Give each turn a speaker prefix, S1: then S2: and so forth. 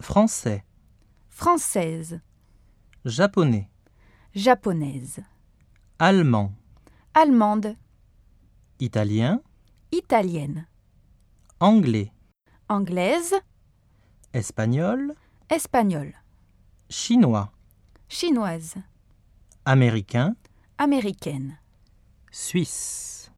S1: français,
S2: française,
S1: japonais,
S2: japonaise,
S1: allemand,
S2: allemande,
S1: italien,
S2: italienne,
S1: anglais,
S2: anglaise,
S1: espagnol,
S2: espagnole,
S1: chinois,
S2: chinoise,
S1: américain,
S2: américaine.
S1: suisse.